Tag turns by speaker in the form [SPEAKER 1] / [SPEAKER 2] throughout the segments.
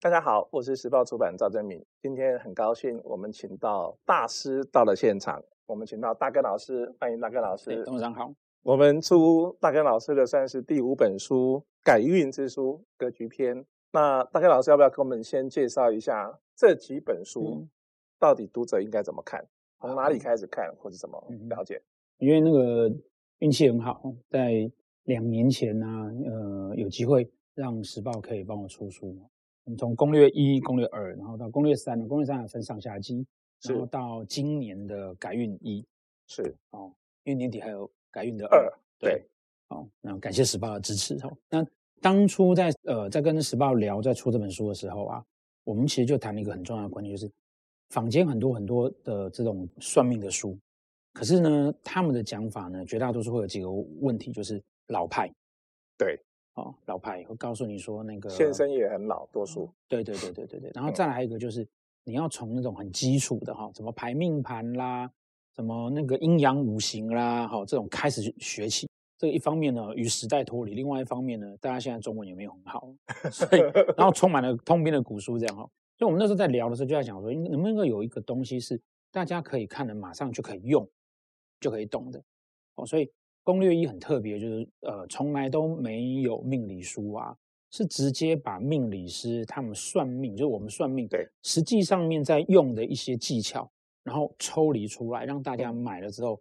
[SPEAKER 1] 大家好，我是时报出版赵正敏。今天很高兴，我们请到大师到了现场，我们请到大根老师，欢迎大根老师。
[SPEAKER 2] 董事长好。
[SPEAKER 1] 我们出大根老师的算是第五本书《改运之书》格局篇。那大根老师要不要跟我们先介绍一下这几本书
[SPEAKER 2] 嗯
[SPEAKER 1] 到底读者应该怎么看，从哪里开始看，或者怎么
[SPEAKER 2] 嗯
[SPEAKER 1] 了解？
[SPEAKER 2] 因为那个运气很好，在两年前呢、呃，有机会让时报可以帮我出书嘛。我们从攻略一、攻略二，然后到攻略三，攻略三还分上下集，然后
[SPEAKER 1] 是
[SPEAKER 2] 到今年的改运一，
[SPEAKER 1] 是
[SPEAKER 2] 因为年底还有改运的
[SPEAKER 1] 二
[SPEAKER 2] 二，
[SPEAKER 1] 对，
[SPEAKER 2] 哦，那感谢时报的支持哦。那当初在呃在跟时报聊在出这本书的时候啊，我们其实就谈了一个很重要的观点，就是坊间很多很多的这种算命的书，可是呢，他们的讲法呢，绝大多数会有几个问题，就是老派，
[SPEAKER 1] 对，
[SPEAKER 2] 哦，老派会告诉你说那个
[SPEAKER 1] 先生也很老，多数
[SPEAKER 2] 对对对对对对。然后再来一个就是，你要从那种很基础的哈，什么排命盘啦，什么那个阴阳五行啦，哈，这种开始去学起。这个一方面呢与时代脱离，另外一方面呢，大家现在中文也没有很好，所以 然后充满了通篇的古书这样哈。哦所以我们那时候在聊的时候就在想说，应能不能够有一个东西是大家可以看了马上就可以用，就可以懂的哦。所以攻略一很特别，就是呃从来都没有命理书啊，是直接把命理师他们算命，就是我们算命，
[SPEAKER 1] 对，
[SPEAKER 2] 实际上面在用的一些技巧，然后抽离出来，让大家买了之后，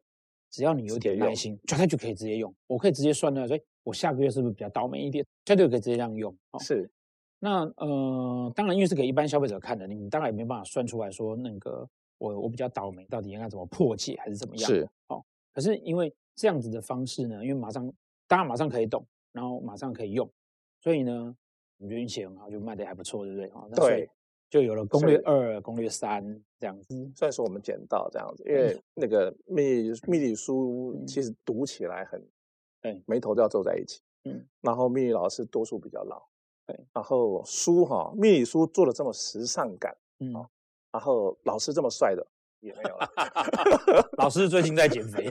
[SPEAKER 2] 只要你有
[SPEAKER 1] 嗯直接
[SPEAKER 2] 点耐
[SPEAKER 1] 用
[SPEAKER 2] 心，就他就可以直接用。我可以直接算出来，所以我下个月是不是比较倒霉一点？他就可以直接这样用。 哦、
[SPEAKER 1] 是
[SPEAKER 2] 那呃，当然，因为是给一般消费者看的，你大概也没办法算出来说那个我我比较倒霉，到底应该怎么破解还是怎么样？
[SPEAKER 1] 是
[SPEAKER 2] 可是因为这样子的方式呢，因为马上大家马上可以懂，然后马上可以用，所以呢，我们觉得运气很好，就卖的还不错，对不对？哦，那所以
[SPEAKER 1] 对，
[SPEAKER 2] 就有了攻
[SPEAKER 1] 所以
[SPEAKER 2] 略二、攻略三这样子。
[SPEAKER 1] 算是我们捡到这样子，
[SPEAKER 2] 嗯
[SPEAKER 1] 因为那个密密理书其实读起来很，
[SPEAKER 2] 对，
[SPEAKER 1] 眉头都要皱在一起，
[SPEAKER 2] 嗯，
[SPEAKER 1] 然后密理老师多数比较老，
[SPEAKER 2] 对，
[SPEAKER 1] 然后书哈，密理书做的这么时尚感，
[SPEAKER 2] 嗯，
[SPEAKER 1] 好然后老师这么帅的也没有了，
[SPEAKER 2] 老师最近在 减肥，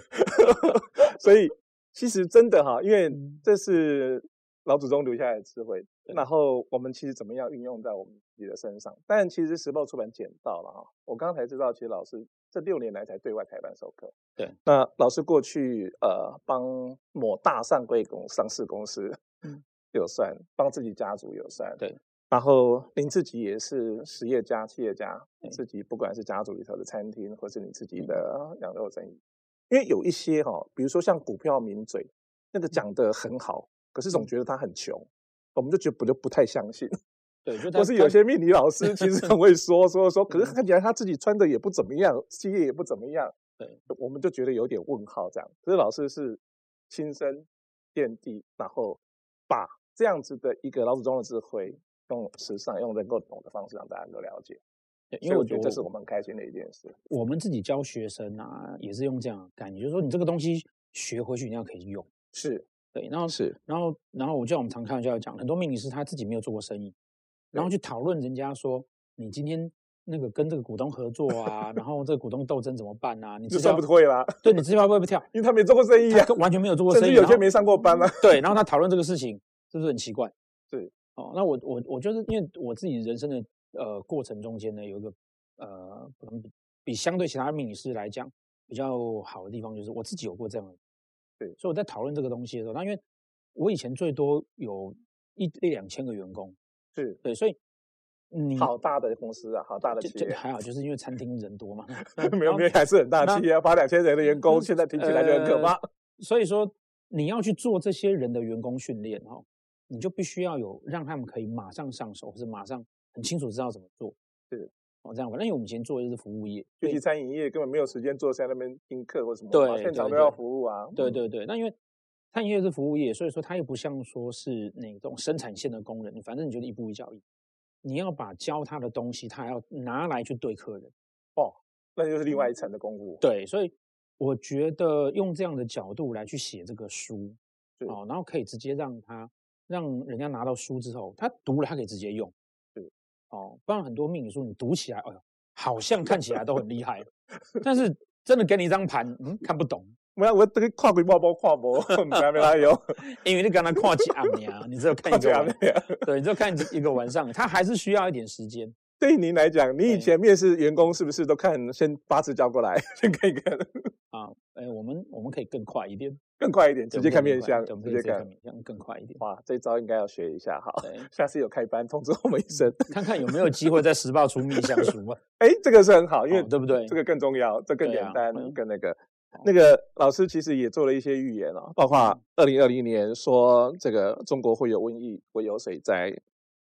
[SPEAKER 1] 所以其实真的哈，因为这是老祖宗留下来的智慧，
[SPEAKER 2] 嗯对
[SPEAKER 1] 然后我们其实怎么样运用在我们自己的身上，但其实时报出版捡到了哈，我刚才知道，其实老师这六年来才对外开办授课，
[SPEAKER 2] 对，
[SPEAKER 1] 那老师过去呃帮某大上柜公上市公司
[SPEAKER 2] 嗯
[SPEAKER 1] 有算，帮自己家族有算，
[SPEAKER 2] 对。
[SPEAKER 1] 然后您自己也是实业家、企业家，
[SPEAKER 2] 对嗯
[SPEAKER 1] 自己不管是家族里头的餐厅，或是你自己的呃羊肉生意，因为有一些哈、比如说像股票名嘴，那
[SPEAKER 2] 嗯
[SPEAKER 1] 个讲的很好，可是总觉得他很穷，我们就觉得不就不太相信。
[SPEAKER 2] 对，就
[SPEAKER 1] 或
[SPEAKER 2] 他
[SPEAKER 1] 是
[SPEAKER 2] 他
[SPEAKER 1] 有些命理老师其 实很会说说说，可
[SPEAKER 2] 嗯
[SPEAKER 1] 是看起来他自己穿的也不怎么样，企业也不怎么样，
[SPEAKER 2] 对，
[SPEAKER 1] 我们就觉得有点问号这样。可是老师是亲身见地，然后把这样子的一个老祖宗的智慧，用时尚、用能够懂的方式让大家能够了解，
[SPEAKER 2] 对
[SPEAKER 1] 所
[SPEAKER 2] 因
[SPEAKER 1] 以
[SPEAKER 2] 为
[SPEAKER 1] 我
[SPEAKER 2] 我
[SPEAKER 1] 觉得这是我们很开心的一件事。
[SPEAKER 2] 我们自己教学生啊，也是用这样的概念，就是说你这个东西学回去，你要可以用。
[SPEAKER 1] 是
[SPEAKER 2] 对，然后
[SPEAKER 1] 是，
[SPEAKER 2] 然后，然后我就我们常开玩笑地讲，很多命理师他自己没有做过生意，然后去讨论人家说，你今天那个跟这个股东合作 啊，然后这个股东斗争怎么办啊？你
[SPEAKER 1] 就
[SPEAKER 2] 支
[SPEAKER 1] 算
[SPEAKER 2] 票
[SPEAKER 1] 不会啦，
[SPEAKER 2] 对，你支票会不会 跳？
[SPEAKER 1] 因为他没做过生意 啊
[SPEAKER 2] 他，完全没有做过
[SPEAKER 1] 甚
[SPEAKER 2] 生
[SPEAKER 1] 至
[SPEAKER 2] 意，
[SPEAKER 1] 有
[SPEAKER 2] 然
[SPEAKER 1] 些
[SPEAKER 2] 后
[SPEAKER 1] 没上过班啊。
[SPEAKER 2] 对，然后他讨论这个事情，是不是很奇怪？
[SPEAKER 1] 对，
[SPEAKER 2] 哦，那我我我就是因为我自己人生的呃过程中间呢，有一个呃可能比比相对其他命理师来讲比较好的地方，就是我自己有过这样的，
[SPEAKER 1] 对，
[SPEAKER 2] 所以我在讨论这个东西的时候，那因为我以前最多有一一两千个员工，
[SPEAKER 1] 是
[SPEAKER 2] 对，所以你
[SPEAKER 1] 好大的公司啊，好大的
[SPEAKER 2] 就
[SPEAKER 1] 企
[SPEAKER 2] 就
[SPEAKER 1] 业，，
[SPEAKER 2] 还好，就是因为餐厅人多嘛
[SPEAKER 1] 没有没有，还是很大
[SPEAKER 2] 那
[SPEAKER 1] 企业啊，八两千人的员工，现在听起来就很可怕。
[SPEAKER 2] 呃所以说，你要去做这些人的员工训练哈、哦，你就必须要有让他们可以马上上手，或是马上很清楚知道怎么做。
[SPEAKER 1] 是
[SPEAKER 2] 哦，这样吧。那因为我们以前做的就是服务业，
[SPEAKER 1] 尤
[SPEAKER 2] 对
[SPEAKER 1] 其餐饮业根本没有时间坐在那边听课或什么嘛，
[SPEAKER 2] 对
[SPEAKER 1] 现场
[SPEAKER 2] 对
[SPEAKER 1] 都要
[SPEAKER 2] 对
[SPEAKER 1] 服务啊。
[SPEAKER 2] 对
[SPEAKER 1] 嗯，
[SPEAKER 2] 对对。那因为餐饮业是服务业，所以说它又不像说是那种生产线的工人，反正你就是一步一脚印。你要把教他的东西，他还要拿来去对客人。
[SPEAKER 1] 那就是另外一层的功夫。
[SPEAKER 2] 对，所以我觉得用这样的角度来去写这个书，
[SPEAKER 1] 是
[SPEAKER 2] 哦，然后可以直接让他让人家拿到书之后，他读了他可以直接用，
[SPEAKER 1] 是
[SPEAKER 2] 哦，不然很多命理书你读起来， 哎呦，好像看起来都很厉害，但是真的给你一张盘，嗯，看不懂，
[SPEAKER 1] 没有，我这个跨鬼包包跨博，唔知咩啦有，
[SPEAKER 2] 因为你刚才跨几暗呀，你只有看
[SPEAKER 1] 跨
[SPEAKER 2] 一个
[SPEAKER 1] 起来
[SPEAKER 2] 晚，
[SPEAKER 1] 没有？
[SPEAKER 2] 对，你只有看一个晚上，他还是需要一点时间。
[SPEAKER 1] 对您来讲，你以前面试员工是不是都看先八字交过来，先看一看，
[SPEAKER 2] 啊，哎，我们我们可以更快一点，
[SPEAKER 1] 更快一点，直接看面相，
[SPEAKER 2] 相，对我们
[SPEAKER 1] 直
[SPEAKER 2] 可
[SPEAKER 1] 接
[SPEAKER 2] 以直接看
[SPEAKER 1] 看。
[SPEAKER 2] 面相更快一点。
[SPEAKER 1] 哇，这招应该要学一下哈，
[SPEAKER 2] 对，
[SPEAKER 1] 下次有开班通知我们一声。
[SPEAKER 2] 看看有没有机会在时报出面相书啊，
[SPEAKER 1] 哎，这个是很好，因为
[SPEAKER 2] 哦对不对
[SPEAKER 1] 这个更重要，这更
[SPEAKER 2] 对
[SPEAKER 1] 简
[SPEAKER 2] 啊
[SPEAKER 1] 单
[SPEAKER 2] 嗯，嗯
[SPEAKER 1] 更那个。那个老师其实也做了一些预言啊，包括二零二零年说这个中国会有瘟疫，会有水灾，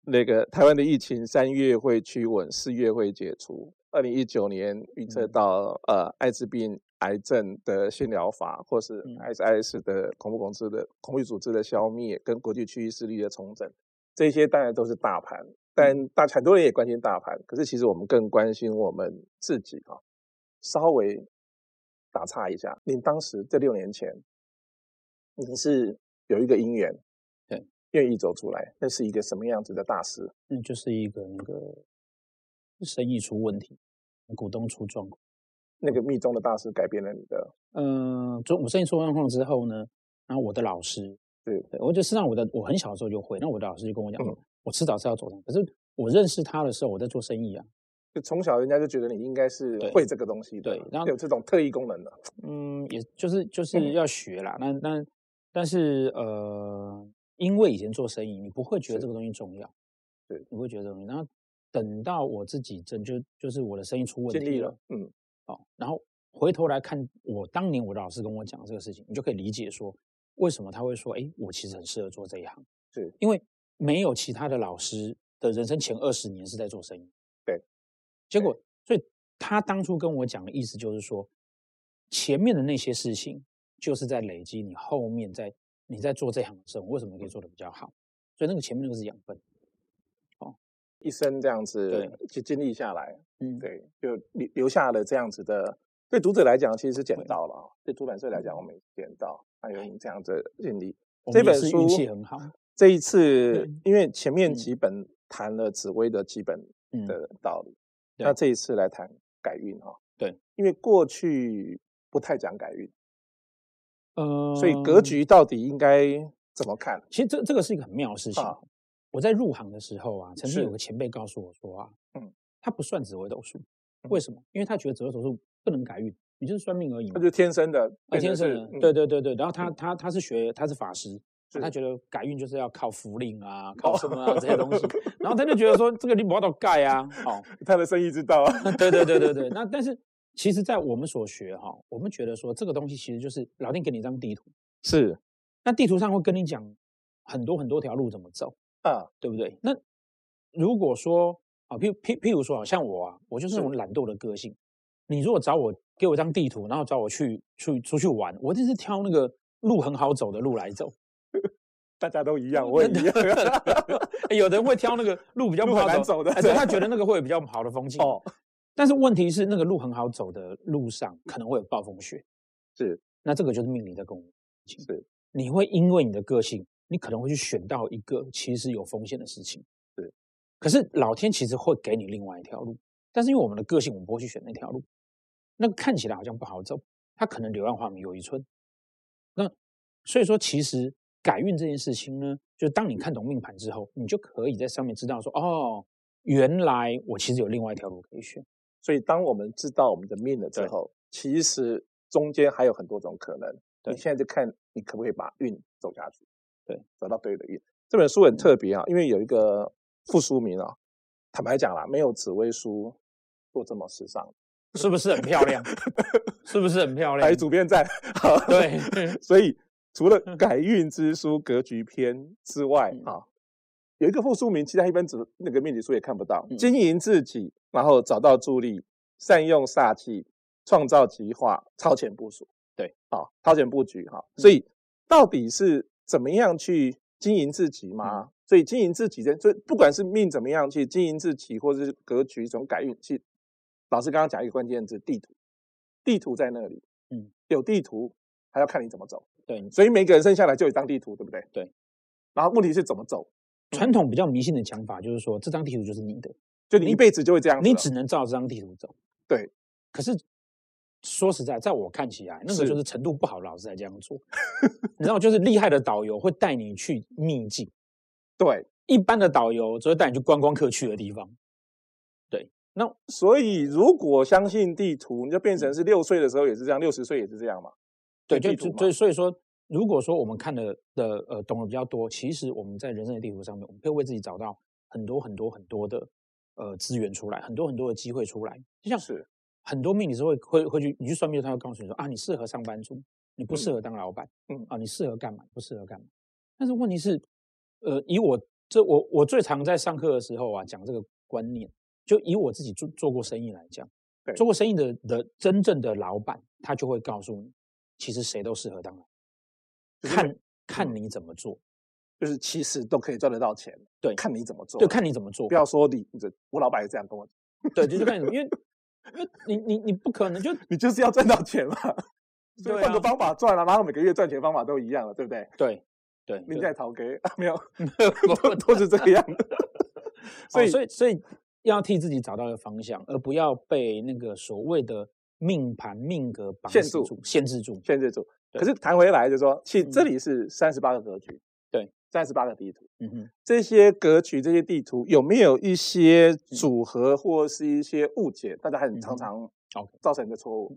[SPEAKER 1] 那个台湾的疫情三月会趋稳，四月会解除。二零一九年预测
[SPEAKER 2] 嗯
[SPEAKER 1] 到、呃艾滋病、癌症的新疗法，或是
[SPEAKER 2] 嗯
[SPEAKER 1] ISIS 的恐怖组织的恐怖组织的消灭，跟国际区域势力的重整，这些当然都是大盘，
[SPEAKER 2] 嗯
[SPEAKER 1] 但大很多人也关心大盘，可是其实我们更关心我们自己啊。稍微打岔一下，您当时在六年前，您是有一个姻缘，
[SPEAKER 2] 对，
[SPEAKER 1] 愿意走出来，那是一个什么样子的大师？
[SPEAKER 2] 那就是一个那个生意出问题，股东出状况。
[SPEAKER 1] 那个密宗的大师改变了你的，
[SPEAKER 2] 嗯，中我生意出状况之后呢，然后我的老师，
[SPEAKER 1] 对
[SPEAKER 2] 对，我就实际上我的我很小的时候就会，那我的老师就跟我讲说，
[SPEAKER 1] 嗯
[SPEAKER 2] 我迟早是要走上，可是我认识他的时候，我在做生意啊，
[SPEAKER 1] 就从小人家就觉得你应该是
[SPEAKER 2] 对
[SPEAKER 1] 会这个东西的，啊
[SPEAKER 2] 对然后
[SPEAKER 1] 有这种特异功能的，啊
[SPEAKER 2] 嗯，也就是就
[SPEAKER 1] 嗯
[SPEAKER 2] 是要学啦。那那但是呃，因为以前做生意，你不会觉得
[SPEAKER 1] 是
[SPEAKER 2] 这个东西重要，
[SPEAKER 1] 对，
[SPEAKER 2] 你不会觉得这个东西。然后等到我自己真就就是我的生意出问
[SPEAKER 1] 经
[SPEAKER 2] 题
[SPEAKER 1] 历
[SPEAKER 2] 了
[SPEAKER 1] 了，，嗯，
[SPEAKER 2] 哦，然后回头来看我当年我的老师跟我讲这个事情，你就可以理解说为什么他会说，哎，我其实很适合做这一行，
[SPEAKER 1] 是
[SPEAKER 2] 因为没有其他的老师的人生前二十年是在做生意，
[SPEAKER 1] 对，
[SPEAKER 2] 结果所以他当初跟我讲的意思就是说，前面的那些事情就是在累积你后面在你在做这行的时候，为什么可以做得比较好，所以那个前面那个是养分，
[SPEAKER 1] 一生这样子
[SPEAKER 2] 对
[SPEAKER 1] 去经历下来，
[SPEAKER 2] 嗯，
[SPEAKER 1] 对，就留留下了这样子的，对读者来讲其实是捡到了啊，对出版社来讲
[SPEAKER 2] 嗯
[SPEAKER 1] 我们也捡到，还有你这样子的经历。
[SPEAKER 2] 我
[SPEAKER 1] 这
[SPEAKER 2] 们
[SPEAKER 1] 本
[SPEAKER 2] 也是
[SPEAKER 1] 书
[SPEAKER 2] 运气很好，
[SPEAKER 1] 这一次
[SPEAKER 2] 嗯
[SPEAKER 1] 因为前面
[SPEAKER 2] 嗯
[SPEAKER 1] 几本谈了紫薇的基本
[SPEAKER 2] 嗯，
[SPEAKER 1] 的道理，
[SPEAKER 2] 对
[SPEAKER 1] 那这一次来谈改运哈。
[SPEAKER 2] 对，
[SPEAKER 1] 因为过去不太讲改运，
[SPEAKER 2] 呃
[SPEAKER 1] 所以格局到底应该怎么看？
[SPEAKER 2] 其实这这个是一个很妙的事情。
[SPEAKER 1] 啊
[SPEAKER 2] 我在入行的时候啊，曾经
[SPEAKER 1] 是
[SPEAKER 2] 有个前辈告诉我说啊，
[SPEAKER 1] 嗯，
[SPEAKER 2] 他不算紫微斗数，
[SPEAKER 1] 嗯
[SPEAKER 2] 为什么？因为他觉得紫微斗数不能改运，你就是算命而已嘛
[SPEAKER 1] 那，就天生的，
[SPEAKER 2] 啊，
[SPEAKER 1] 变
[SPEAKER 2] 天
[SPEAKER 1] 成
[SPEAKER 2] 生
[SPEAKER 1] 是
[SPEAKER 2] 的，
[SPEAKER 1] 嗯
[SPEAKER 2] 对对对对。然后他他他是学他是法师，
[SPEAKER 1] 是
[SPEAKER 2] 他觉得改运就是要靠符令啊，靠
[SPEAKER 1] 哦
[SPEAKER 2] 什么啊这些东西，然后他就觉得说这个你不要盖啊， 哦，
[SPEAKER 1] 他的生意之道啊，
[SPEAKER 2] 对对对对对。那但是其实，在我们所学哈，我们觉得说这个东西其实就是老天给你一张地图，
[SPEAKER 1] 是
[SPEAKER 2] 那地图上会跟你讲很多很多条路怎么走。
[SPEAKER 1] 啊，
[SPEAKER 2] 对不对？那如果说啊，譬譬譬如说，好像我啊，我就是
[SPEAKER 1] 嗯
[SPEAKER 2] 那种懒惰的个性。你如果找我给我一张地图，然后找我去去出去玩，我一定是挑那个路很好走的路来走。
[SPEAKER 1] 大家都一 样，啊我也一样，
[SPEAKER 2] 欸有的人会挑那个路比较不
[SPEAKER 1] 路很
[SPEAKER 2] 好
[SPEAKER 1] 难走的
[SPEAKER 2] 哎对他觉得那个会有比较好 的风景。
[SPEAKER 1] 哦，
[SPEAKER 2] 但是问题是，那个路很好走的路上可能会有暴风雪。
[SPEAKER 1] 是，
[SPEAKER 2] 那这个就是命理在跟我们讲
[SPEAKER 1] 是
[SPEAKER 2] 你会因为你的个性，你可能会去选到一个其实有风险的事情。
[SPEAKER 1] 是，
[SPEAKER 2] 可是老天其实会给你另外一条路，但是因为我们的个性，我们不会去选那条路。那个看起来好像不好走，它可能柳暗花明又一村。那所以说，其实改运这件事情呢，就是当你看懂命盘之后，你就可以在上面知道说，哦，原来我其实有另外一条路可以选。
[SPEAKER 1] 所以当我们知道我们的命了之
[SPEAKER 2] 对
[SPEAKER 1] 后，其实中间还有很多种可能。
[SPEAKER 2] 对
[SPEAKER 1] 你现在就看你可不可以把运走下去，
[SPEAKER 2] 对，嗯
[SPEAKER 1] 走到对的运。这本书很特别啊，因为有一个副书名啊，坦白讲啦，没有紫薇书做这么时尚。
[SPEAKER 2] 是不是很漂亮？是不是很漂亮
[SPEAKER 1] 来，？主编在，好，
[SPEAKER 2] 对
[SPEAKER 1] 所以除了《改运之书》格局篇之外
[SPEAKER 2] 嗯
[SPEAKER 1] 啊，有一个副书名，其他一般只那个命理书也看不到。
[SPEAKER 2] 嗯
[SPEAKER 1] 经营自己，然后找到助力，善用煞气，创造极化，超前部署。
[SPEAKER 2] 对，
[SPEAKER 1] 啊，超前布局哈、
[SPEAKER 2] 嗯
[SPEAKER 1] 所以到底是怎么样去经营自己
[SPEAKER 2] 嗯
[SPEAKER 1] 嘛？所以经营自己的，所以不管是命怎么样去经营自己，或者是格局怎么改运，去老师刚刚讲一个关键字，地图，地图在那里，
[SPEAKER 2] 嗯，
[SPEAKER 1] 有地图还要看你怎么走。
[SPEAKER 2] 对，
[SPEAKER 1] 所以每个人生下来就有一张地图，对不对？
[SPEAKER 2] 对。
[SPEAKER 1] 然后问题是怎么走？
[SPEAKER 2] 传统比较迷信的讲法就是说，这张地图就是你的，
[SPEAKER 1] 就你一辈子就会这样子了。
[SPEAKER 2] 你只能照这张地图走。
[SPEAKER 1] 对，
[SPEAKER 2] 可是说实在，在我看起来，那个
[SPEAKER 1] 是
[SPEAKER 2] 就是程度不好的老师才这样做。你知道，就是厉害的导游会带你去秘境，
[SPEAKER 1] 对，
[SPEAKER 2] 一般的导游只会带你去观光客去的地方。
[SPEAKER 1] 所以如果相信地图，你就变成是六岁的时候也是这样，六十岁也是这样嘛。
[SPEAKER 2] 嗯对，
[SPEAKER 1] 地
[SPEAKER 2] 就
[SPEAKER 1] 图
[SPEAKER 2] 就
[SPEAKER 1] 嘛
[SPEAKER 2] 就所以说，如果说我们看的的呃懂得比较多，其实我们在人生的地图上面，我们可以为自己找到很多很多很多的呃资源出来，很多很多的机会出来。就像
[SPEAKER 1] 是
[SPEAKER 2] 很多命理师会会会去，你去算命，他会告诉你说啊，你适合上班族，你不适合当老板，
[SPEAKER 1] 嗯
[SPEAKER 2] 啊，你适合干嘛，不适合干嘛。但是问题是，呃，以我这我我最常在上课的时候啊讲这个观念，就以我自己做做过生意来讲
[SPEAKER 1] 对，
[SPEAKER 2] 做过生意的的真正的老板，他就会告诉你，其实谁都适合当老
[SPEAKER 1] 就
[SPEAKER 2] 板，
[SPEAKER 1] 是
[SPEAKER 2] 看看你怎么做，
[SPEAKER 1] 就是其实都可以赚得到钱，
[SPEAKER 2] 对
[SPEAKER 1] 看你怎么做，
[SPEAKER 2] 就看你怎么做
[SPEAKER 1] 不，要说你，你这我老板也这样跟我，
[SPEAKER 2] 对，就是看你怎 么，因为因为你你你不可能就
[SPEAKER 1] 你就是要赚到钱嘛，所
[SPEAKER 2] 对
[SPEAKER 1] 以
[SPEAKER 2] 啊
[SPEAKER 1] 换个方法赚了、然后每个月赚钱方法都一样了，对不对？
[SPEAKER 2] 对对，
[SPEAKER 1] 你
[SPEAKER 2] 对
[SPEAKER 1] 在逃给啊， 没有，
[SPEAKER 2] 不
[SPEAKER 1] 都都是这个 样的。所
[SPEAKER 2] 所
[SPEAKER 1] 以，
[SPEAKER 2] 以、哦所以所以要替自己找到一个方向，而不要被那个所谓的命盘命格绑
[SPEAKER 1] 限
[SPEAKER 2] 死
[SPEAKER 1] 住
[SPEAKER 2] 住、限制住。
[SPEAKER 1] 限制住。
[SPEAKER 2] 对
[SPEAKER 1] 可是谈回来就说，其实
[SPEAKER 2] 嗯
[SPEAKER 1] 这里是三十八个格局，
[SPEAKER 2] 对，
[SPEAKER 1] 三十八个地图。
[SPEAKER 2] 嗯哼，
[SPEAKER 1] 这些格局、这些地图有没有一些组合或是一些误解？大家很常
[SPEAKER 2] 嗯嗯哼
[SPEAKER 1] 常
[SPEAKER 2] OK 嗯
[SPEAKER 1] 造成的错误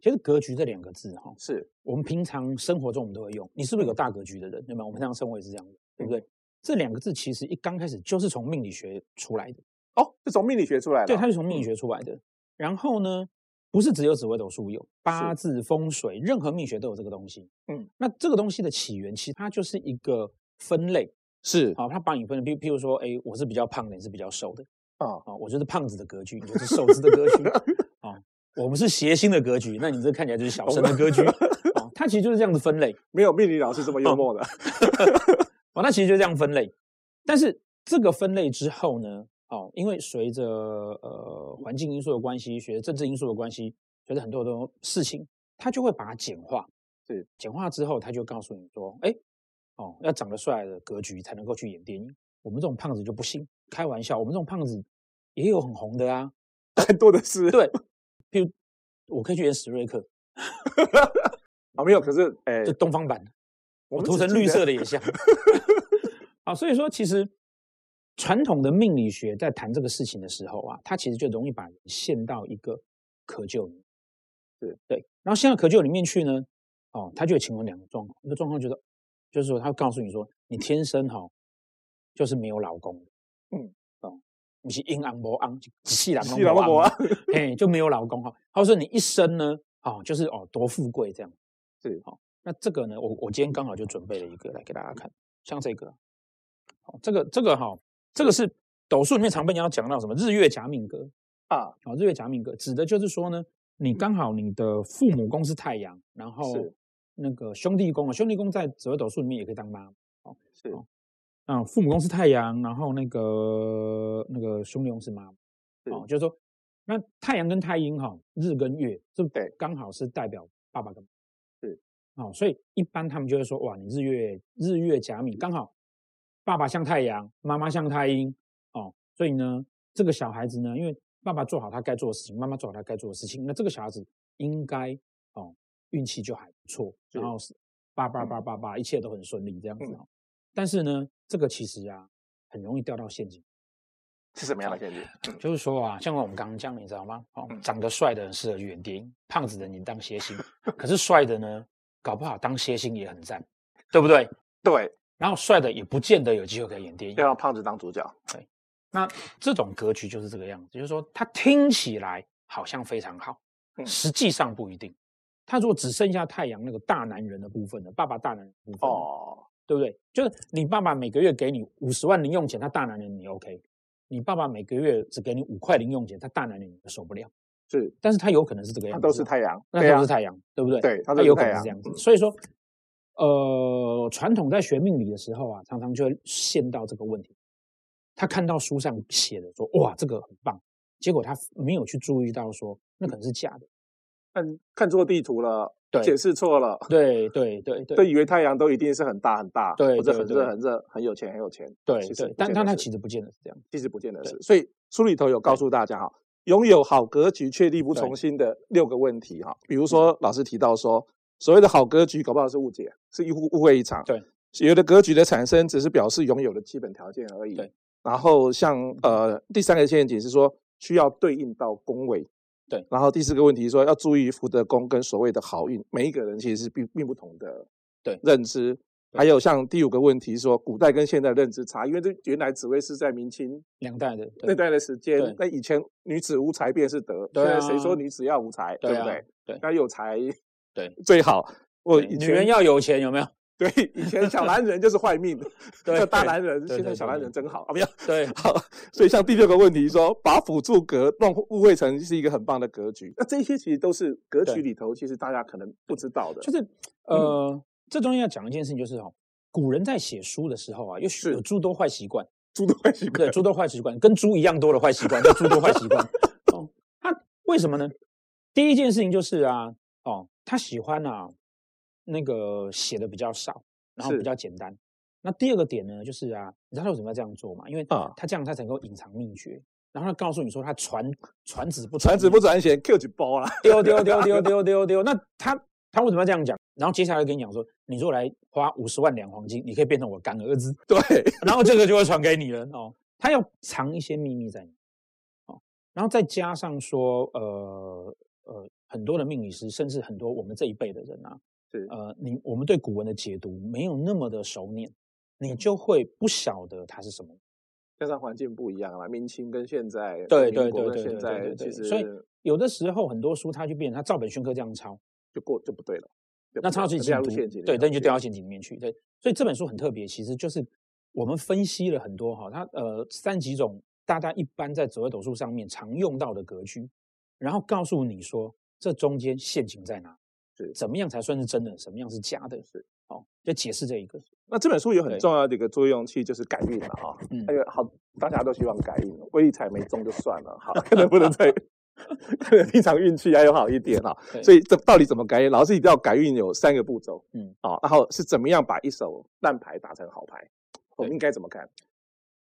[SPEAKER 2] 其实格局这两个字哈，
[SPEAKER 1] 是
[SPEAKER 2] 我们平常生活中我们都会用。你是不是有大格局的人？对吗？我们平常生活也是这样的，对不对？这两个字其实一刚开始就是从命理学出来的，
[SPEAKER 1] 哦，是从命理学出来的。哦
[SPEAKER 2] 对，它是从命理学出来的。然后呢，不是只有紫微斗数有八字、风水，任何命学都有这个东西。
[SPEAKER 1] 嗯，
[SPEAKER 2] 那这个东西的起源，其实它就是一个分类，
[SPEAKER 1] 是
[SPEAKER 2] 好，它把你分，譬譬如说，哎，我是比较胖的，你是比较瘦的，
[SPEAKER 1] 啊，
[SPEAKER 2] 啊、我就是胖子的格局，你就是瘦子的格局，啊、我们是谐星的格局，那你这看起来就是小生的格局，啊、它其实就是这样子分类，
[SPEAKER 1] 没有命理老师这么幽默的。
[SPEAKER 2] 哦，那其实就是这样分类。但是这个分类之后呢，哦，因为随着呃环境因素的关系，随着政治因素的关系，随着很多的事情，它就会把它简化。
[SPEAKER 1] 是
[SPEAKER 2] 简化之后，它就告诉你说，哎，哦，要长得帅的格局才能够去演电影，我们这种胖子就不行。开玩笑，我们这种胖子也有很红的啊。
[SPEAKER 1] 很多的是。
[SPEAKER 2] 对，譬如我可以去演史瑞克，
[SPEAKER 1] 啊，没有，可是哎
[SPEAKER 2] 就，东方版的。
[SPEAKER 1] 我
[SPEAKER 2] 我
[SPEAKER 1] 们
[SPEAKER 2] 涂
[SPEAKER 1] 只
[SPEAKER 2] 成
[SPEAKER 1] 记
[SPEAKER 2] 绿
[SPEAKER 1] 得
[SPEAKER 2] 色的也 像。啊，所以说其实传统的命理学在谈这个事情的时候啊，它其实就容易把人陷到一个窠臼里面。
[SPEAKER 1] 是
[SPEAKER 2] 对，然后陷到窠臼里面去呢，哦，它就有形成两个状况，一个状况就是，就是说他会告诉你说，你天生哈、就是没有老公的，
[SPEAKER 1] 嗯，
[SPEAKER 2] 哦，你是阴阳不昂，细郎
[SPEAKER 1] 细人都没
[SPEAKER 2] 昂，嘿，哎就没有老公哈、他说你一生呢，哦，就是哦多富贵这样。
[SPEAKER 1] 是
[SPEAKER 2] 好、那这个呢，我我今天刚好就准备了一个来给大家看，像这个，好、这个这个哈、这个是斗数里面常被人家讲到什么日月甲命格
[SPEAKER 1] 啊，
[SPEAKER 2] 啊、日月甲命格指的就是说呢，你刚好你的父母宫是太阳，然后
[SPEAKER 1] 是
[SPEAKER 2] 那个兄弟宫啊，兄弟宫在紫微斗数里面也可以当妈，
[SPEAKER 1] 是
[SPEAKER 2] 嗯，父母宫是太阳，然后那个那个兄弟宫是妈，
[SPEAKER 1] 是
[SPEAKER 2] 哦，就是说那太阳跟太阴哈、日跟月是不
[SPEAKER 1] 对
[SPEAKER 2] 刚好是代表爸爸跟妈妈
[SPEAKER 1] 是
[SPEAKER 2] 哦，所以一般他们就会说哇，你日月日月甲米刚好爸爸像太阳，妈妈像太阴哦，所以呢，这个小孩子呢，因为爸爸做好他该做的事情，妈妈做好他该做的事情，那这个小孩子应该哦运气就还不错，
[SPEAKER 1] 是
[SPEAKER 2] 然后是叭叭叭叭叭，一切都很顺利这样子
[SPEAKER 1] 嗯
[SPEAKER 2] 哦。但是呢，这个其实啊，很容易掉到陷阱。
[SPEAKER 1] 是什么样的限制？
[SPEAKER 2] 就是说啊，像我们刚刚讲，你知道吗？哦
[SPEAKER 1] 嗯，
[SPEAKER 2] 长得帅的人适合去演电影，胖子的你当谐星，可是帅的呢，搞不好当谐星也很赞，对不对？
[SPEAKER 1] 对，
[SPEAKER 2] 然后帅的也不见得有机会可以演电影
[SPEAKER 1] 要。让胖子当主角。
[SPEAKER 2] 那这种格局就是这个样子，就是说他听起来好像非常好，
[SPEAKER 1] 嗯
[SPEAKER 2] 实际上不一定。他如果只剩下太阳那个大男人的部分呢，爸爸大男人的部分呢，
[SPEAKER 1] 哦，
[SPEAKER 2] 对不对？就是你爸爸每个月给你五十万零用钱，他大男人你 OK；你爸爸每个月只给你五块零用钱，他大男人你受不了。
[SPEAKER 1] 是，
[SPEAKER 2] 但是他有可哎能是这个样
[SPEAKER 1] 他
[SPEAKER 2] 子，
[SPEAKER 1] 都是太阳。
[SPEAKER 2] 那
[SPEAKER 1] 对
[SPEAKER 2] 都
[SPEAKER 1] 啊
[SPEAKER 2] 是，太阳，对不对？
[SPEAKER 1] 对他都
[SPEAKER 2] 那
[SPEAKER 1] 是
[SPEAKER 2] 有可
[SPEAKER 1] 太
[SPEAKER 2] 能是
[SPEAKER 1] 阳
[SPEAKER 2] 这样子。所以说，呃，传统在学命理的时候啊，常常就会陷到这个问题。他看到书上写的说，哇，这个很棒，结果他没有去注意到说，那可能是假的。
[SPEAKER 1] 看看错地图了，
[SPEAKER 2] 对
[SPEAKER 1] 解释错了，
[SPEAKER 2] 对对对
[SPEAKER 1] 都
[SPEAKER 2] 对
[SPEAKER 1] 以为太阳都一定是很大很大，
[SPEAKER 2] 对
[SPEAKER 1] 或者
[SPEAKER 2] 对
[SPEAKER 1] 很
[SPEAKER 2] 对
[SPEAKER 1] 热很热，很有钱很有钱。
[SPEAKER 2] 对
[SPEAKER 1] 其实
[SPEAKER 2] 对
[SPEAKER 1] 不，
[SPEAKER 2] 但
[SPEAKER 1] 见
[SPEAKER 2] 但
[SPEAKER 1] 得
[SPEAKER 2] 他
[SPEAKER 1] 是
[SPEAKER 2] 其实不见得是这样。
[SPEAKER 1] 其实不见得
[SPEAKER 2] 对
[SPEAKER 1] 是。所以书里头有告诉大家哈，拥有好格局却力不
[SPEAKER 2] 对嗯
[SPEAKER 1] 从心的六个问题哈。比如说，老师提到说，所谓的好格局，搞不好是误解，是一误误会一场。
[SPEAKER 2] 对，
[SPEAKER 1] 有的格局的产生只是表示拥有的基本条件而已
[SPEAKER 2] 对。
[SPEAKER 1] 然后像呃第三个陷阱是说需要对应到宫位。
[SPEAKER 2] 对，
[SPEAKER 1] 然后第四个问题说要注意福德宫跟所谓的好运，每一个人其实是并并不同的
[SPEAKER 2] 对
[SPEAKER 1] 认知。
[SPEAKER 2] 对
[SPEAKER 1] 还有像第五个问题说，古代跟现代认知差，因为这原来紫薇是在明清
[SPEAKER 2] 两代的，对
[SPEAKER 1] 那代的时间
[SPEAKER 2] 对，
[SPEAKER 1] 那以前女子无才便是德，
[SPEAKER 2] 对
[SPEAKER 1] 现在
[SPEAKER 2] 啊
[SPEAKER 1] 谁说女子要无才，
[SPEAKER 2] 对
[SPEAKER 1] 不
[SPEAKER 2] 啊
[SPEAKER 1] 对？
[SPEAKER 2] 对
[SPEAKER 1] 那有才
[SPEAKER 2] 对
[SPEAKER 1] 最好。我
[SPEAKER 2] 对
[SPEAKER 1] 以
[SPEAKER 2] 女
[SPEAKER 1] 前
[SPEAKER 2] 人要有钱有没有？
[SPEAKER 1] 对以前 小男人就是坏命，
[SPEAKER 2] 对
[SPEAKER 1] 叫大男人，
[SPEAKER 2] 对
[SPEAKER 1] 现在
[SPEAKER 2] 对
[SPEAKER 1] 小
[SPEAKER 2] 对
[SPEAKER 1] 男
[SPEAKER 2] 对
[SPEAKER 1] 人真好啊！ 不要
[SPEAKER 2] 对，
[SPEAKER 1] 好，所以像第六个问题说，把辅助格弄误会成是一个很棒的格局，那这些其实都是格局
[SPEAKER 2] 对
[SPEAKER 1] 里头，其实大家可能不知道的。
[SPEAKER 2] 就是
[SPEAKER 1] 嗯
[SPEAKER 2] 呃，这中间要讲一件事情，就是哦，古人在写书的时候啊，有许
[SPEAKER 1] 是
[SPEAKER 2] 有诸多坏 习惯，
[SPEAKER 1] 猪的坏习惯
[SPEAKER 2] 对，，诸多坏习惯，跟猪一样多的坏习惯，叫诸多坏习惯。哦，他为什么呢？第一件事情就是啊，哦，他喜欢啊那个写的比较少，然后
[SPEAKER 1] 是
[SPEAKER 2] 比较简单。那第二个点呢，就是啊，你知道他为什么要这样做吗？因为
[SPEAKER 1] 啊
[SPEAKER 2] 他这样他才能够隐藏秘诀，然后他告诉你说他传传子不
[SPEAKER 1] 传子
[SPEAKER 2] 女
[SPEAKER 1] 不传贤，Q 几包啦。
[SPEAKER 2] 丢丢丢丢丢丢丢。那他他为什么要这样讲？然后接下来跟你讲说，你如果来花五十万两黄金，你可以变成我干儿子，
[SPEAKER 1] 对，
[SPEAKER 2] 然后这个就会传给你了哦。他要藏一些秘密在里面哦，然后再加上说，呃呃，很多的命理师，甚至很多我们这一辈的人啊，
[SPEAKER 1] 是
[SPEAKER 2] 呃，你我们对古文的解读没有那么的熟练，你就会不晓得它是什么。
[SPEAKER 1] 加上环境不一样啦，啊明清跟现在，
[SPEAKER 2] 对
[SPEAKER 1] 民
[SPEAKER 2] 对
[SPEAKER 1] 国跟
[SPEAKER 2] 对对
[SPEAKER 1] 现
[SPEAKER 2] 对
[SPEAKER 1] 在
[SPEAKER 2] 对对
[SPEAKER 1] 其
[SPEAKER 2] 对，
[SPEAKER 1] 实
[SPEAKER 2] 所以有的时候很多书它就变成它照本宣科这样抄。
[SPEAKER 1] 就过就不对了。就
[SPEAKER 2] 那
[SPEAKER 1] 不
[SPEAKER 2] 他要
[SPEAKER 1] 对
[SPEAKER 2] 去
[SPEAKER 1] 了呃掉
[SPEAKER 2] 解
[SPEAKER 1] 入
[SPEAKER 2] 读
[SPEAKER 1] 陷阱，
[SPEAKER 2] 对，那
[SPEAKER 1] 那
[SPEAKER 2] 就掉到陷阱里面去。对，所以这本书很特别，其实就是我们分析了很多哈，它呃三几种大家一般在紫微斗数上面常用到的格局，然后告诉你说这中间陷阱在哪，
[SPEAKER 1] 是
[SPEAKER 2] 怎么样才算是真的，什么样是假的，
[SPEAKER 1] 是
[SPEAKER 2] 哦，就解释这一个，
[SPEAKER 1] 那这本书有很
[SPEAKER 2] 对
[SPEAKER 1] 重要的一个作用，其实就是改运了哈。
[SPEAKER 2] 嗯
[SPEAKER 1] 还有好，大家都希望改运，威力彩没中就算了，好，看能不能再，看能平常运气还有好一点哈。
[SPEAKER 2] 对
[SPEAKER 1] 所以这到底怎么改运？老师一定要改运有三个步骤，嗯
[SPEAKER 2] 嗯，
[SPEAKER 1] 哦，然后是怎么样把一手烂牌打成好牌？我们
[SPEAKER 2] 对
[SPEAKER 1] 应该怎么看？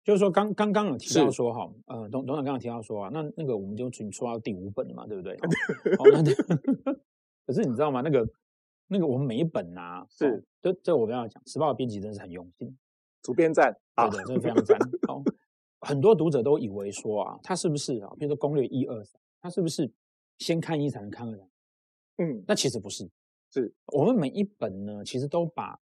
[SPEAKER 2] 就是说刚刚刚有提到
[SPEAKER 1] 是
[SPEAKER 2] 说哈，呃，董董事长刚刚提到说啊，那那个我们就已经说到第五本了 嘛，对不对？哦哦，那可是你知道吗？那个那个我们每一本啊，哦
[SPEAKER 1] 是
[SPEAKER 2] 这这我们要讲，时报的编辑真是很用心，
[SPEAKER 1] 主编站啊
[SPEAKER 2] 对，的，真的非常赞。好，很多读者都以为说啊，他是不是啊，比如说攻略一二三，他是不是先看一才能看二才能？
[SPEAKER 1] 嗯，
[SPEAKER 2] 那其实不是，
[SPEAKER 1] 是
[SPEAKER 2] 我们每一本呢，其实都把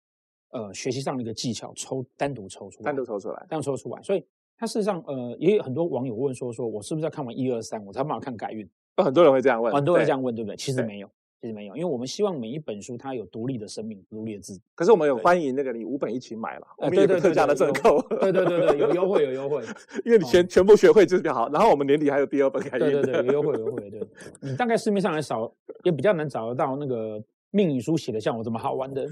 [SPEAKER 2] 呃学习上的一个技巧抽单独抽出来，
[SPEAKER 1] 单独抽出来，
[SPEAKER 2] 这样说出来。所以它事实上，呃，也有很多网友问说，说我是不是要看完一二三，我才有办法看改运？
[SPEAKER 1] 哦很多人会这样问，
[SPEAKER 2] 很多人
[SPEAKER 1] 对
[SPEAKER 2] 这。样问，对不对？其实
[SPEAKER 1] 对
[SPEAKER 2] 没有，其实没有，因为我们希望每一本书它有独立的生命、独立的自己。
[SPEAKER 1] 可是我们有欢迎那个你五本一起买了，我
[SPEAKER 2] 呃
[SPEAKER 1] 们有一
[SPEAKER 2] 对
[SPEAKER 1] 个
[SPEAKER 2] 对
[SPEAKER 1] 特
[SPEAKER 2] 对
[SPEAKER 1] 价的
[SPEAKER 2] 对
[SPEAKER 1] 折
[SPEAKER 2] 有
[SPEAKER 1] 扣，
[SPEAKER 2] 对对对对，有优惠有优惠，
[SPEAKER 1] 因为你全全部学会就是比较好。然后我们年底还有第二本改运
[SPEAKER 2] 哦对对
[SPEAKER 1] 的，
[SPEAKER 2] 对，有优惠有优惠。 对，你大概市面上还少，也比较难找得到那个命理书写的像我这么好玩的。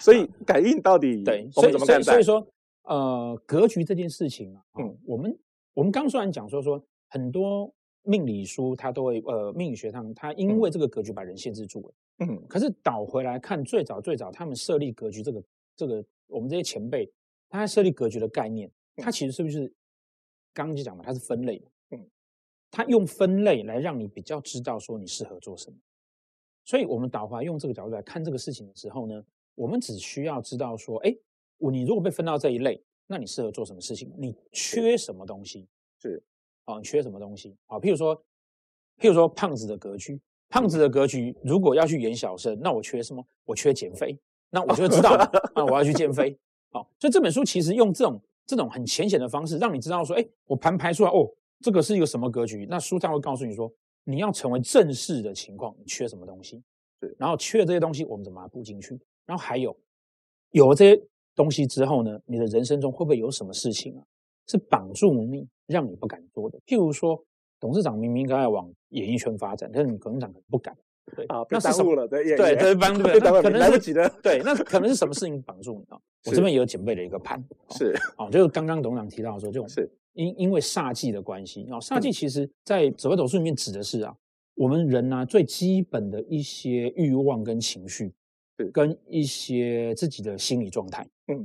[SPEAKER 1] 所以改运到底
[SPEAKER 2] 对，
[SPEAKER 1] 我
[SPEAKER 2] 所
[SPEAKER 1] 们
[SPEAKER 2] 以
[SPEAKER 1] 怎么
[SPEAKER 2] 所以
[SPEAKER 1] 看
[SPEAKER 2] 所
[SPEAKER 1] 待
[SPEAKER 2] 以？说，呃，格局这件事情啊，
[SPEAKER 1] 嗯
[SPEAKER 2] 嗯，我们我们刚虽然讲说说很多命理书它都会呃命理学上它因为这个格局把人限制住了，
[SPEAKER 1] 嗯，
[SPEAKER 2] 可是倒回来看最早最早他们设立格局这个这个我们这些前辈他设立格局的概念，它其实是不是刚刚就讲嘛，它是分类嘛，
[SPEAKER 1] 嗯
[SPEAKER 2] 嗯，它用分类来让你比较知道说你适合做什么。所以，我们导华用这个角度来看这个事情的时候呢，我们只需要知道说，哎，我你如果被分到这一类，那你适合做什么事情？你缺什么东西？
[SPEAKER 1] 是，
[SPEAKER 2] 哦，你缺什么东西？好，譬如说，譬如说胖子的格局，胖子的格局如果要去演小生，那我缺什么？我缺减肥，那我就知道了啊，我要去减肥。好，所以这本书其实用这种这种很浅显的方式，让你知道说，哎，我盘排出来，哦，这个是一个什么格局？那书上会告诉你说，你要成为正式的情况，你缺什么东西？
[SPEAKER 1] 是
[SPEAKER 2] 然后缺了这些东西，我们怎么把它补进去？然后还有，有了这些东西之后呢，你的人生中会不会有什么事情啊，是绑住你，让你不敢做的？譬如说，董事长明明应该要往演艺圈发展，但是你董事长可能不敢。对
[SPEAKER 1] 啊，被
[SPEAKER 2] 那是
[SPEAKER 1] 耽
[SPEAKER 2] 什
[SPEAKER 1] 误
[SPEAKER 2] 么？
[SPEAKER 1] 了，对
[SPEAKER 2] 对，
[SPEAKER 1] 对
[SPEAKER 2] 这是帮助
[SPEAKER 1] 被
[SPEAKER 2] 的，
[SPEAKER 1] 耽
[SPEAKER 2] 那
[SPEAKER 1] 误了，
[SPEAKER 2] 可能
[SPEAKER 1] 来不
[SPEAKER 2] 是
[SPEAKER 1] 及了，
[SPEAKER 2] 对，那可能是什么事情绑住你啊？我
[SPEAKER 1] 是嗯
[SPEAKER 2] 这边也有准备了一个盘，哦
[SPEAKER 1] 是
[SPEAKER 2] 哦，就是刚刚董事长提到的说，这种
[SPEAKER 1] 是嗯
[SPEAKER 2] 因因为煞忌的关系，哦，煞忌其实在紫微斗数里面指的是啊，我们人呢、最基本的一些欲望跟情绪
[SPEAKER 1] 是，
[SPEAKER 2] 跟一些自己的心理状态。
[SPEAKER 1] 嗯，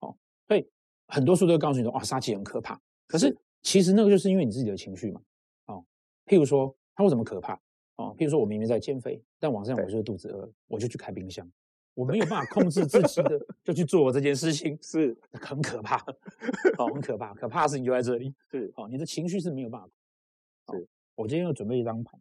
[SPEAKER 2] 所哦以很多书都会告诉你说，哇，杀气很可怕。可是
[SPEAKER 1] 是
[SPEAKER 2] 其实那个就是因为你自己的情绪嘛，哦，譬如说，它为什么可怕哦？譬如说我明明在减肥，但晚上我
[SPEAKER 1] 对
[SPEAKER 2] 就是肚子饿，我就去开冰箱，我没有办法控制自己 的，就去做这件事情，
[SPEAKER 1] 是
[SPEAKER 2] 很可怕，哦，很可怕，可怕的事情就在这里，
[SPEAKER 1] 是
[SPEAKER 2] 哦，你的情绪是没有办法。哦
[SPEAKER 1] 是，
[SPEAKER 2] 我今天又准备一张盘，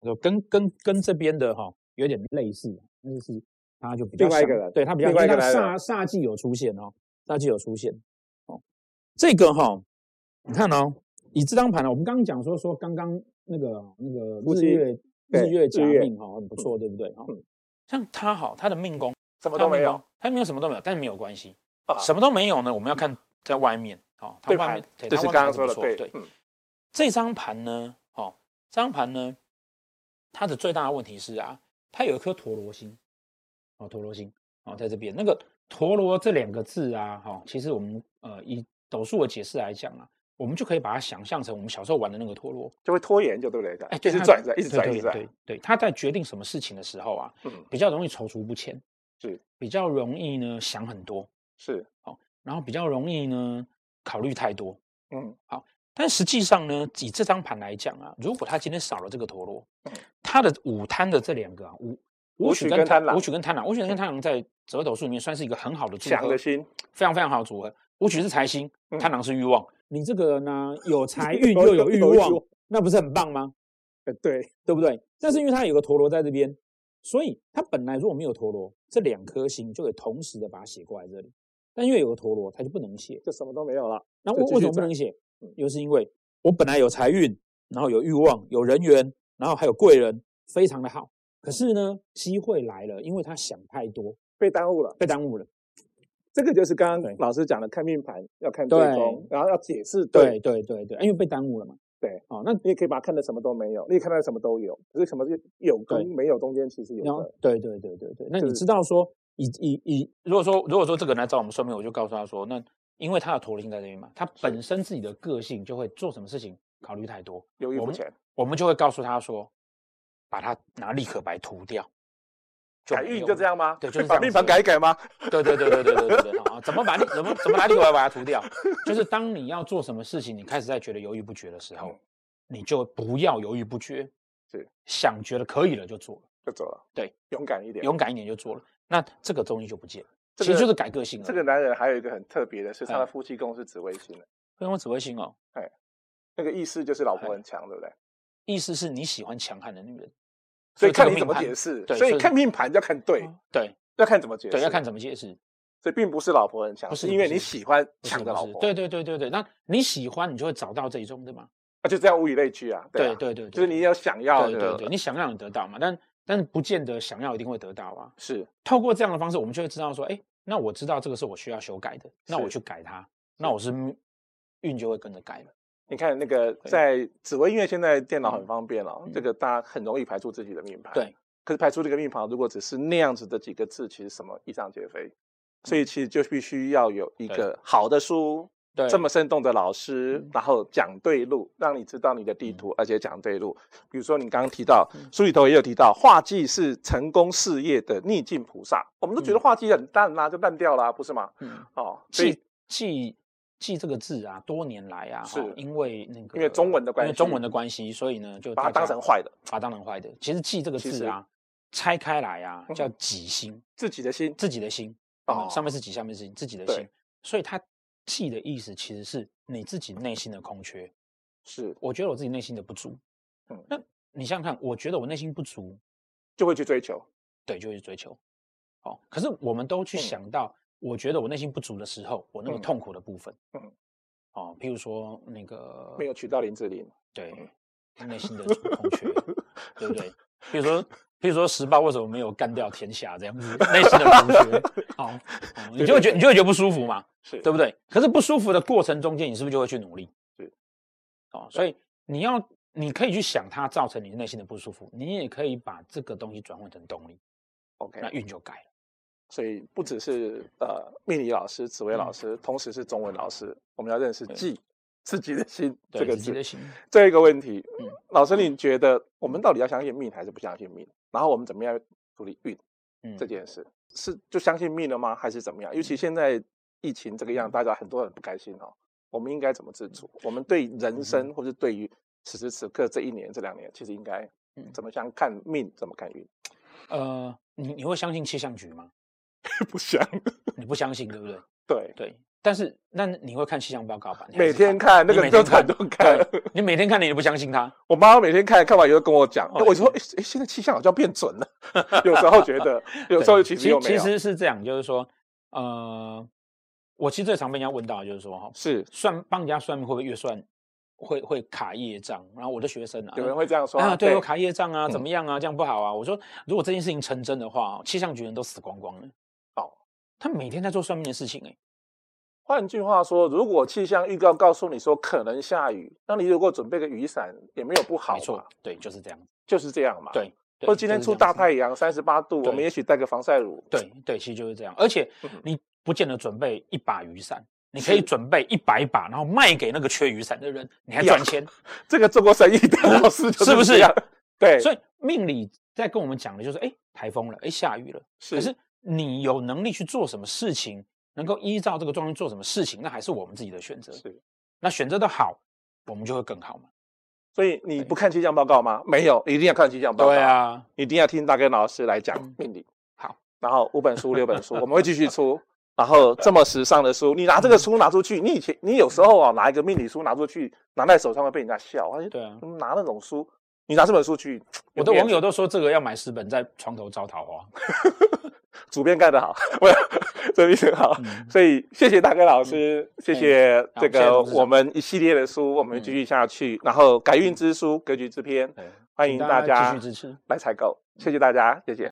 [SPEAKER 2] 就跟跟跟这边的哈、有点类似，但是是它就比较
[SPEAKER 1] 另外一个
[SPEAKER 2] 像
[SPEAKER 1] 人
[SPEAKER 2] 对它比较
[SPEAKER 1] 另外一个
[SPEAKER 2] 像
[SPEAKER 1] 来
[SPEAKER 2] 煞
[SPEAKER 1] 了
[SPEAKER 2] 煞气有出现哦，煞气有出现哦，这个哈、你看哦，以这张盘呢、我们刚刚讲说说刚刚那个那个
[SPEAKER 1] 夫
[SPEAKER 2] 日
[SPEAKER 1] 妻
[SPEAKER 2] 月日
[SPEAKER 1] 对
[SPEAKER 2] 月
[SPEAKER 1] 日
[SPEAKER 2] 夹
[SPEAKER 1] 月
[SPEAKER 2] 命哈、哦很不错，对不对？哈、
[SPEAKER 1] 嗯
[SPEAKER 2] 像他好，他的命宫
[SPEAKER 1] 什么
[SPEAKER 2] 他
[SPEAKER 1] 都没
[SPEAKER 2] 命
[SPEAKER 1] 有
[SPEAKER 2] 宫，，他没有什么都没有，但是没有关系，
[SPEAKER 1] 啊
[SPEAKER 2] 什么都没有呢？我们要看在外面哦，他
[SPEAKER 1] 对
[SPEAKER 2] 外
[SPEAKER 1] 吧
[SPEAKER 2] 面？对
[SPEAKER 1] 就
[SPEAKER 2] 他
[SPEAKER 1] 是
[SPEAKER 2] 外面
[SPEAKER 1] 刚
[SPEAKER 2] 还
[SPEAKER 1] 刚说
[SPEAKER 2] 不
[SPEAKER 1] 的，
[SPEAKER 2] 错
[SPEAKER 1] 对
[SPEAKER 2] 对，
[SPEAKER 1] 嗯
[SPEAKER 2] 这张盘呢，哦，这张盘呢，它的最大的问题是啊，它有一颗陀螺星，哦，陀螺星，哦，在这边那个陀螺这两个字啊，哈、哦，其实我们呃以斗数的解释来讲啊，我们就可以把它想象成我们小时候玩的那个陀螺，
[SPEAKER 1] 就会拖延，就对不对？
[SPEAKER 2] 哎，
[SPEAKER 1] 一
[SPEAKER 2] 对，
[SPEAKER 1] 直
[SPEAKER 2] 它
[SPEAKER 1] 转着，一直
[SPEAKER 2] 对
[SPEAKER 1] 转，一
[SPEAKER 2] 对
[SPEAKER 1] 直转，
[SPEAKER 2] 对对，它在决定什么事情的时候啊，
[SPEAKER 1] 嗯，
[SPEAKER 2] 比较容易踌躇不前，
[SPEAKER 1] 是
[SPEAKER 2] 比较容易呢想很多，
[SPEAKER 1] 是，
[SPEAKER 2] 然后比较容易呢考虑太多，
[SPEAKER 1] 嗯，
[SPEAKER 2] 但实际上呢，以这张盘来讲啊，如果他今天少了这个陀螺
[SPEAKER 1] 嗯，
[SPEAKER 2] 他的午贪的这两个啊，午
[SPEAKER 1] 武曲跟贪狼
[SPEAKER 2] 武曲跟贪狼，武曲跟贪狼在折斗数里面算是一个很好的组
[SPEAKER 1] 强
[SPEAKER 2] 合
[SPEAKER 1] 的，心，
[SPEAKER 2] 非常非常好的组合。武曲是财星，
[SPEAKER 1] 嗯
[SPEAKER 2] 贪狼是欲望。你这个呢，有财运
[SPEAKER 1] 有
[SPEAKER 2] 又有欲
[SPEAKER 1] 有
[SPEAKER 2] 望
[SPEAKER 1] 欲望，
[SPEAKER 2] 那不是很棒吗？
[SPEAKER 1] 哎，对，
[SPEAKER 2] 对不对？但是因为它有个陀螺在这边，所以它本来如果没有陀螺，这两颗星就可以同时的把它写过来这里。但因为有个陀螺，它就不能写。
[SPEAKER 1] 就什么都没有了，
[SPEAKER 2] 那
[SPEAKER 1] 就
[SPEAKER 2] 为
[SPEAKER 1] 继续
[SPEAKER 2] 为什么不
[SPEAKER 1] 转
[SPEAKER 2] 能写
[SPEAKER 1] 嗯？
[SPEAKER 2] 又是因为我本来有财运，然后有欲望，有人缘，然后还有贵人，非常的好。可是呢，机会来了，因为他想太多，
[SPEAKER 1] 被耽误了。
[SPEAKER 2] 被耽误了。
[SPEAKER 1] 这个就是刚
[SPEAKER 2] 对
[SPEAKER 1] 刚老师讲的，看命盘要看
[SPEAKER 2] 对
[SPEAKER 1] 对宫，然后要解释
[SPEAKER 2] 对对对对，因为被耽误了嘛。
[SPEAKER 1] 对，
[SPEAKER 2] 哦，那
[SPEAKER 1] 你也可以把它看的什么都没有，你也看到什么都有，只是什么有
[SPEAKER 2] 对
[SPEAKER 1] 跟没有中间其实有
[SPEAKER 2] 然后
[SPEAKER 1] 的，
[SPEAKER 2] 对对对对对，那
[SPEAKER 1] 就
[SPEAKER 2] 你
[SPEAKER 1] 是
[SPEAKER 2] 知道说，以以以，如果说如果说这个人来找我们算命，我就告诉他说，那因为他的陀螺星在这边嘛，他本身自己的个性就会做什么事情考虑太多，
[SPEAKER 1] 犹豫
[SPEAKER 2] 我
[SPEAKER 1] 不
[SPEAKER 2] 们
[SPEAKER 1] 前，
[SPEAKER 2] 我们就会告诉他说，把它拿立可白涂掉，
[SPEAKER 1] 改
[SPEAKER 2] 没
[SPEAKER 1] 运
[SPEAKER 2] 用
[SPEAKER 1] 就
[SPEAKER 2] 了
[SPEAKER 1] 这样吗？
[SPEAKER 2] 对就是这
[SPEAKER 1] 把
[SPEAKER 2] 样
[SPEAKER 1] 命
[SPEAKER 2] 子
[SPEAKER 1] 盘改一改吗？
[SPEAKER 2] 对对对对对对对对，啊，怎么把你怎么怎么把立可白把它涂掉？就是当你要做什么事情，你开始在觉得犹豫不决的时候
[SPEAKER 1] 嗯，
[SPEAKER 2] 你就不要犹豫不决，
[SPEAKER 1] 是
[SPEAKER 2] 想觉得可以了就做了，
[SPEAKER 1] 就走了，
[SPEAKER 2] 对，
[SPEAKER 1] 勇敢一点。
[SPEAKER 2] 勇敢一点就做了，那这个东西就不见了。
[SPEAKER 1] 这
[SPEAKER 2] 其实
[SPEAKER 1] 个
[SPEAKER 2] 就是改个性而已。
[SPEAKER 1] 这个男人还有一个很特别的是，他
[SPEAKER 2] 哎
[SPEAKER 1] 的夫妻宫是紫微星的，
[SPEAKER 2] 会用紫微星哦，
[SPEAKER 1] 那个意思就是老婆
[SPEAKER 2] 哎
[SPEAKER 1] 很强，对不对？
[SPEAKER 2] 意思是你喜欢强悍的女人，
[SPEAKER 1] 所以
[SPEAKER 2] 这个
[SPEAKER 1] 看你
[SPEAKER 2] 命
[SPEAKER 1] 怎么
[SPEAKER 2] 盘
[SPEAKER 1] 解释
[SPEAKER 2] 对，
[SPEAKER 1] 所
[SPEAKER 2] 所
[SPEAKER 1] 以
[SPEAKER 2] 以
[SPEAKER 1] 看命盘要看对，
[SPEAKER 2] 啊对
[SPEAKER 1] 要看怎么解释，
[SPEAKER 2] 对，要看怎么解释。
[SPEAKER 1] 所以并不是老婆很强，
[SPEAKER 2] 不是
[SPEAKER 1] 是因为
[SPEAKER 2] 不是
[SPEAKER 1] 你喜欢
[SPEAKER 2] 不是
[SPEAKER 1] 强的
[SPEAKER 2] 不
[SPEAKER 1] 老
[SPEAKER 2] 是
[SPEAKER 1] 婆，
[SPEAKER 2] 对，对对对对，那你喜欢，你就会找到这一种的嘛。
[SPEAKER 1] 啊，就这样物以类聚啊，
[SPEAKER 2] 对
[SPEAKER 1] 啊，
[SPEAKER 2] 对对，
[SPEAKER 1] 就是你要想要
[SPEAKER 2] 对
[SPEAKER 1] 的，
[SPEAKER 2] 对对，你想要你得到嘛，但但是不见得想要一定会得到啊。
[SPEAKER 1] 是
[SPEAKER 2] 透过这样的方式，我们就会知道说，哎，那我知道这个是我需要修改的，那我
[SPEAKER 1] 是
[SPEAKER 2] 去改它，那我是运就会跟着改了。
[SPEAKER 1] 你看那个
[SPEAKER 2] 对
[SPEAKER 1] 在紫微，因为现在电脑很方便了、
[SPEAKER 2] 嗯
[SPEAKER 1] 这个大家很容易排出自己的命盘。
[SPEAKER 2] 对，
[SPEAKER 1] 可是排出这个命盘，如果只是那样子的几个字，其实什么异常皆非。所
[SPEAKER 2] 嗯
[SPEAKER 1] 以其实就必须要有一个好的书，
[SPEAKER 2] 对，
[SPEAKER 1] 这么生动的老师，
[SPEAKER 2] 嗯
[SPEAKER 1] 然后讲对路，让你知道你的地图，而且讲对路。比如说你刚刚提到
[SPEAKER 2] 嗯
[SPEAKER 1] 书里头也有提到，画技是成功事业的逆境菩萨，我们都觉得
[SPEAKER 2] 嗯
[SPEAKER 1] 画技很淡啦、就烂掉啦、啊不是吗？
[SPEAKER 2] 嗯，
[SPEAKER 1] 哦，所以
[SPEAKER 2] 记记记这个字啊，多年来啊，
[SPEAKER 1] 是
[SPEAKER 2] 哈因为那个
[SPEAKER 1] 因为中文的关
[SPEAKER 2] 因为
[SPEAKER 1] 系
[SPEAKER 2] 中文的关系，所以呢就
[SPEAKER 1] 把它
[SPEAKER 2] 大
[SPEAKER 1] 当
[SPEAKER 2] 家
[SPEAKER 1] 成坏的，
[SPEAKER 2] 把它当成坏的。其实记这个
[SPEAKER 1] 其
[SPEAKER 2] 字
[SPEAKER 1] 实
[SPEAKER 2] 啊，拆开来啊
[SPEAKER 1] 嗯
[SPEAKER 2] 叫己心，
[SPEAKER 1] 自己的心
[SPEAKER 2] 自己的心啊，
[SPEAKER 1] 哦，
[SPEAKER 2] 上面是己，下面是心，自己的
[SPEAKER 1] 对
[SPEAKER 2] 心。所以它记的意思其实是你自己内心的空缺。
[SPEAKER 1] 是
[SPEAKER 2] 我觉得我自己内心的不足。
[SPEAKER 1] 嗯
[SPEAKER 2] 那你想想看，我觉得我内心不足，
[SPEAKER 1] 就会去追求。
[SPEAKER 2] 对，就会去追求。哦，可是我们都去
[SPEAKER 1] 嗯
[SPEAKER 2] 想到，我觉得我内心不足的时候，我那个
[SPEAKER 1] 嗯
[SPEAKER 2] 痛苦的部分，
[SPEAKER 1] 嗯，
[SPEAKER 2] 哦，譬如说那个
[SPEAKER 1] 没有娶到林志玲，
[SPEAKER 2] 对内心的空缺，对不对？譬如说，譬如说时报为什么没有干掉天下这样子，内心的空 缺，好、哦，你就会觉你就会觉得不舒服嘛，
[SPEAKER 1] 是
[SPEAKER 2] 对不对？可是不舒服的过程中间，你是不是就会去努力？
[SPEAKER 1] 是，
[SPEAKER 2] 哦，所以你要，你可以去想它造成你内心的不舒服，你也可以把这个东西转换成动力，
[SPEAKER 1] OK，
[SPEAKER 2] 那运就改了。
[SPEAKER 1] 所以不只是呃命理老师、紫薇
[SPEAKER 2] 嗯
[SPEAKER 1] 老师，同时是中文老师，我们要认识“
[SPEAKER 2] 对
[SPEAKER 1] 记”自己的心这
[SPEAKER 2] 对，
[SPEAKER 1] 个
[SPEAKER 2] 自己
[SPEAKER 1] 字
[SPEAKER 2] 的。心。
[SPEAKER 1] 这一个问题
[SPEAKER 2] 嗯，
[SPEAKER 1] 老师，你觉得我们到底要相信命还是不相信命？然后我们怎么样处理运
[SPEAKER 2] 嗯
[SPEAKER 1] 这件事？是就相信命了吗？还是怎么样？尤其现在疫
[SPEAKER 2] 嗯嗯
[SPEAKER 1] 情这个样，大家很多人不开心哦。我们应该怎么自处？我们对人生，或是对于此时此刻这一年这两年，其实应该
[SPEAKER 2] 嗯
[SPEAKER 1] 怎么想看命，怎么看 运，
[SPEAKER 2] 呃，你你会相信气象局吗？
[SPEAKER 1] 不想
[SPEAKER 2] 你不相信，对不对？
[SPEAKER 1] 对。
[SPEAKER 2] 对。但是那你会看气象报告吧？你还
[SPEAKER 1] 每
[SPEAKER 2] 是
[SPEAKER 1] 天看那
[SPEAKER 2] 你
[SPEAKER 1] 个
[SPEAKER 2] 每
[SPEAKER 1] 都
[SPEAKER 2] 天
[SPEAKER 1] 很
[SPEAKER 2] 看
[SPEAKER 1] 多看，
[SPEAKER 2] 对你每天看你也不相信它。
[SPEAKER 1] 我妈每天看看完以后跟我讲，
[SPEAKER 2] 哦
[SPEAKER 1] 我就说，哎、诶现在气象好像变准了。 有时候觉得， 有时候
[SPEAKER 2] 对
[SPEAKER 1] 其实
[SPEAKER 2] 其
[SPEAKER 1] 又没
[SPEAKER 2] 其
[SPEAKER 1] 有。
[SPEAKER 2] 实是这样，就是说，呃，我其实最常被人家问到的就是说，哈，
[SPEAKER 1] 是
[SPEAKER 2] 算帮人家算命会不会越算会会卡业障？然后我的学生啊，
[SPEAKER 1] 有人会这样说嗯
[SPEAKER 2] 啊，对，
[SPEAKER 1] 对
[SPEAKER 2] 我卡业障啊，怎么样啊？这样不好啊！我说，如果这件事情成真的话，气象局人都死光光了。
[SPEAKER 1] 哦，
[SPEAKER 2] 他每天在做算命的事情、欸，
[SPEAKER 1] 换句话说，如果气象预告告诉你说可能下雨，那你如果准备个雨伞也没有不好
[SPEAKER 2] 没错
[SPEAKER 1] 嘛，，
[SPEAKER 2] 对，就是这样子。
[SPEAKER 1] 就是这样嘛。
[SPEAKER 2] 对，对
[SPEAKER 1] 或者今天出大，太阳三十八度，
[SPEAKER 2] 对
[SPEAKER 1] 我们也许带个防晒乳。
[SPEAKER 2] 就是这样子对对，其实就是这样。而且
[SPEAKER 1] 嗯
[SPEAKER 2] 你不见得准备一把雨伞，你可以
[SPEAKER 1] 是
[SPEAKER 2] 准备一百把，然后卖给那个缺雨伞的人，你还赚钱。
[SPEAKER 1] 这个做过生意 的老师就是
[SPEAKER 2] 不
[SPEAKER 1] 这
[SPEAKER 2] 是
[SPEAKER 1] 样？对，
[SPEAKER 2] 所以命理在跟我们讲的就是，哎，台风了，哎，下雨了。可是你有能力去做什么事情，能够依照这个状况做什么事情，那还是我们自己的选择。
[SPEAKER 1] 是。
[SPEAKER 2] 那选择的好，我们就会更好嘛。
[SPEAKER 1] 所以你不看气象报告吗？没有，一定要看气象报告。
[SPEAKER 2] 对，啊，
[SPEAKER 1] 一定要听大根老师来讲
[SPEAKER 2] 嗯
[SPEAKER 1] 命理。
[SPEAKER 2] 好，
[SPEAKER 1] 然后五本书、六本书，我们会 继续出。然后这么时尚的书，你拿
[SPEAKER 2] 嗯
[SPEAKER 1] 这个书拿出去，你以前你有时候啊拿一个命理书拿出去，拿在手上会被人家笑，哎他
[SPEAKER 2] 对啊，
[SPEAKER 1] 拿那种书，你拿这本书去，
[SPEAKER 2] 我的网
[SPEAKER 1] 有面
[SPEAKER 2] 友都说这个要买十本在床头招 桃花。
[SPEAKER 1] 子主编干得好， 我这里很好。
[SPEAKER 2] 嗯哎
[SPEAKER 1] 所以谢谢大根老师，谢谢
[SPEAKER 2] 好
[SPEAKER 1] 这
[SPEAKER 2] 谢谢
[SPEAKER 1] 个
[SPEAKER 2] 董事长嗯
[SPEAKER 1] 我们一系列的书，我们继续下去。然后改运之书、格局之篇，
[SPEAKER 2] 对
[SPEAKER 1] 欢迎
[SPEAKER 2] 请
[SPEAKER 1] 大家
[SPEAKER 2] 继续支持。嗯
[SPEAKER 1] 来采购，谢谢大家，谢谢。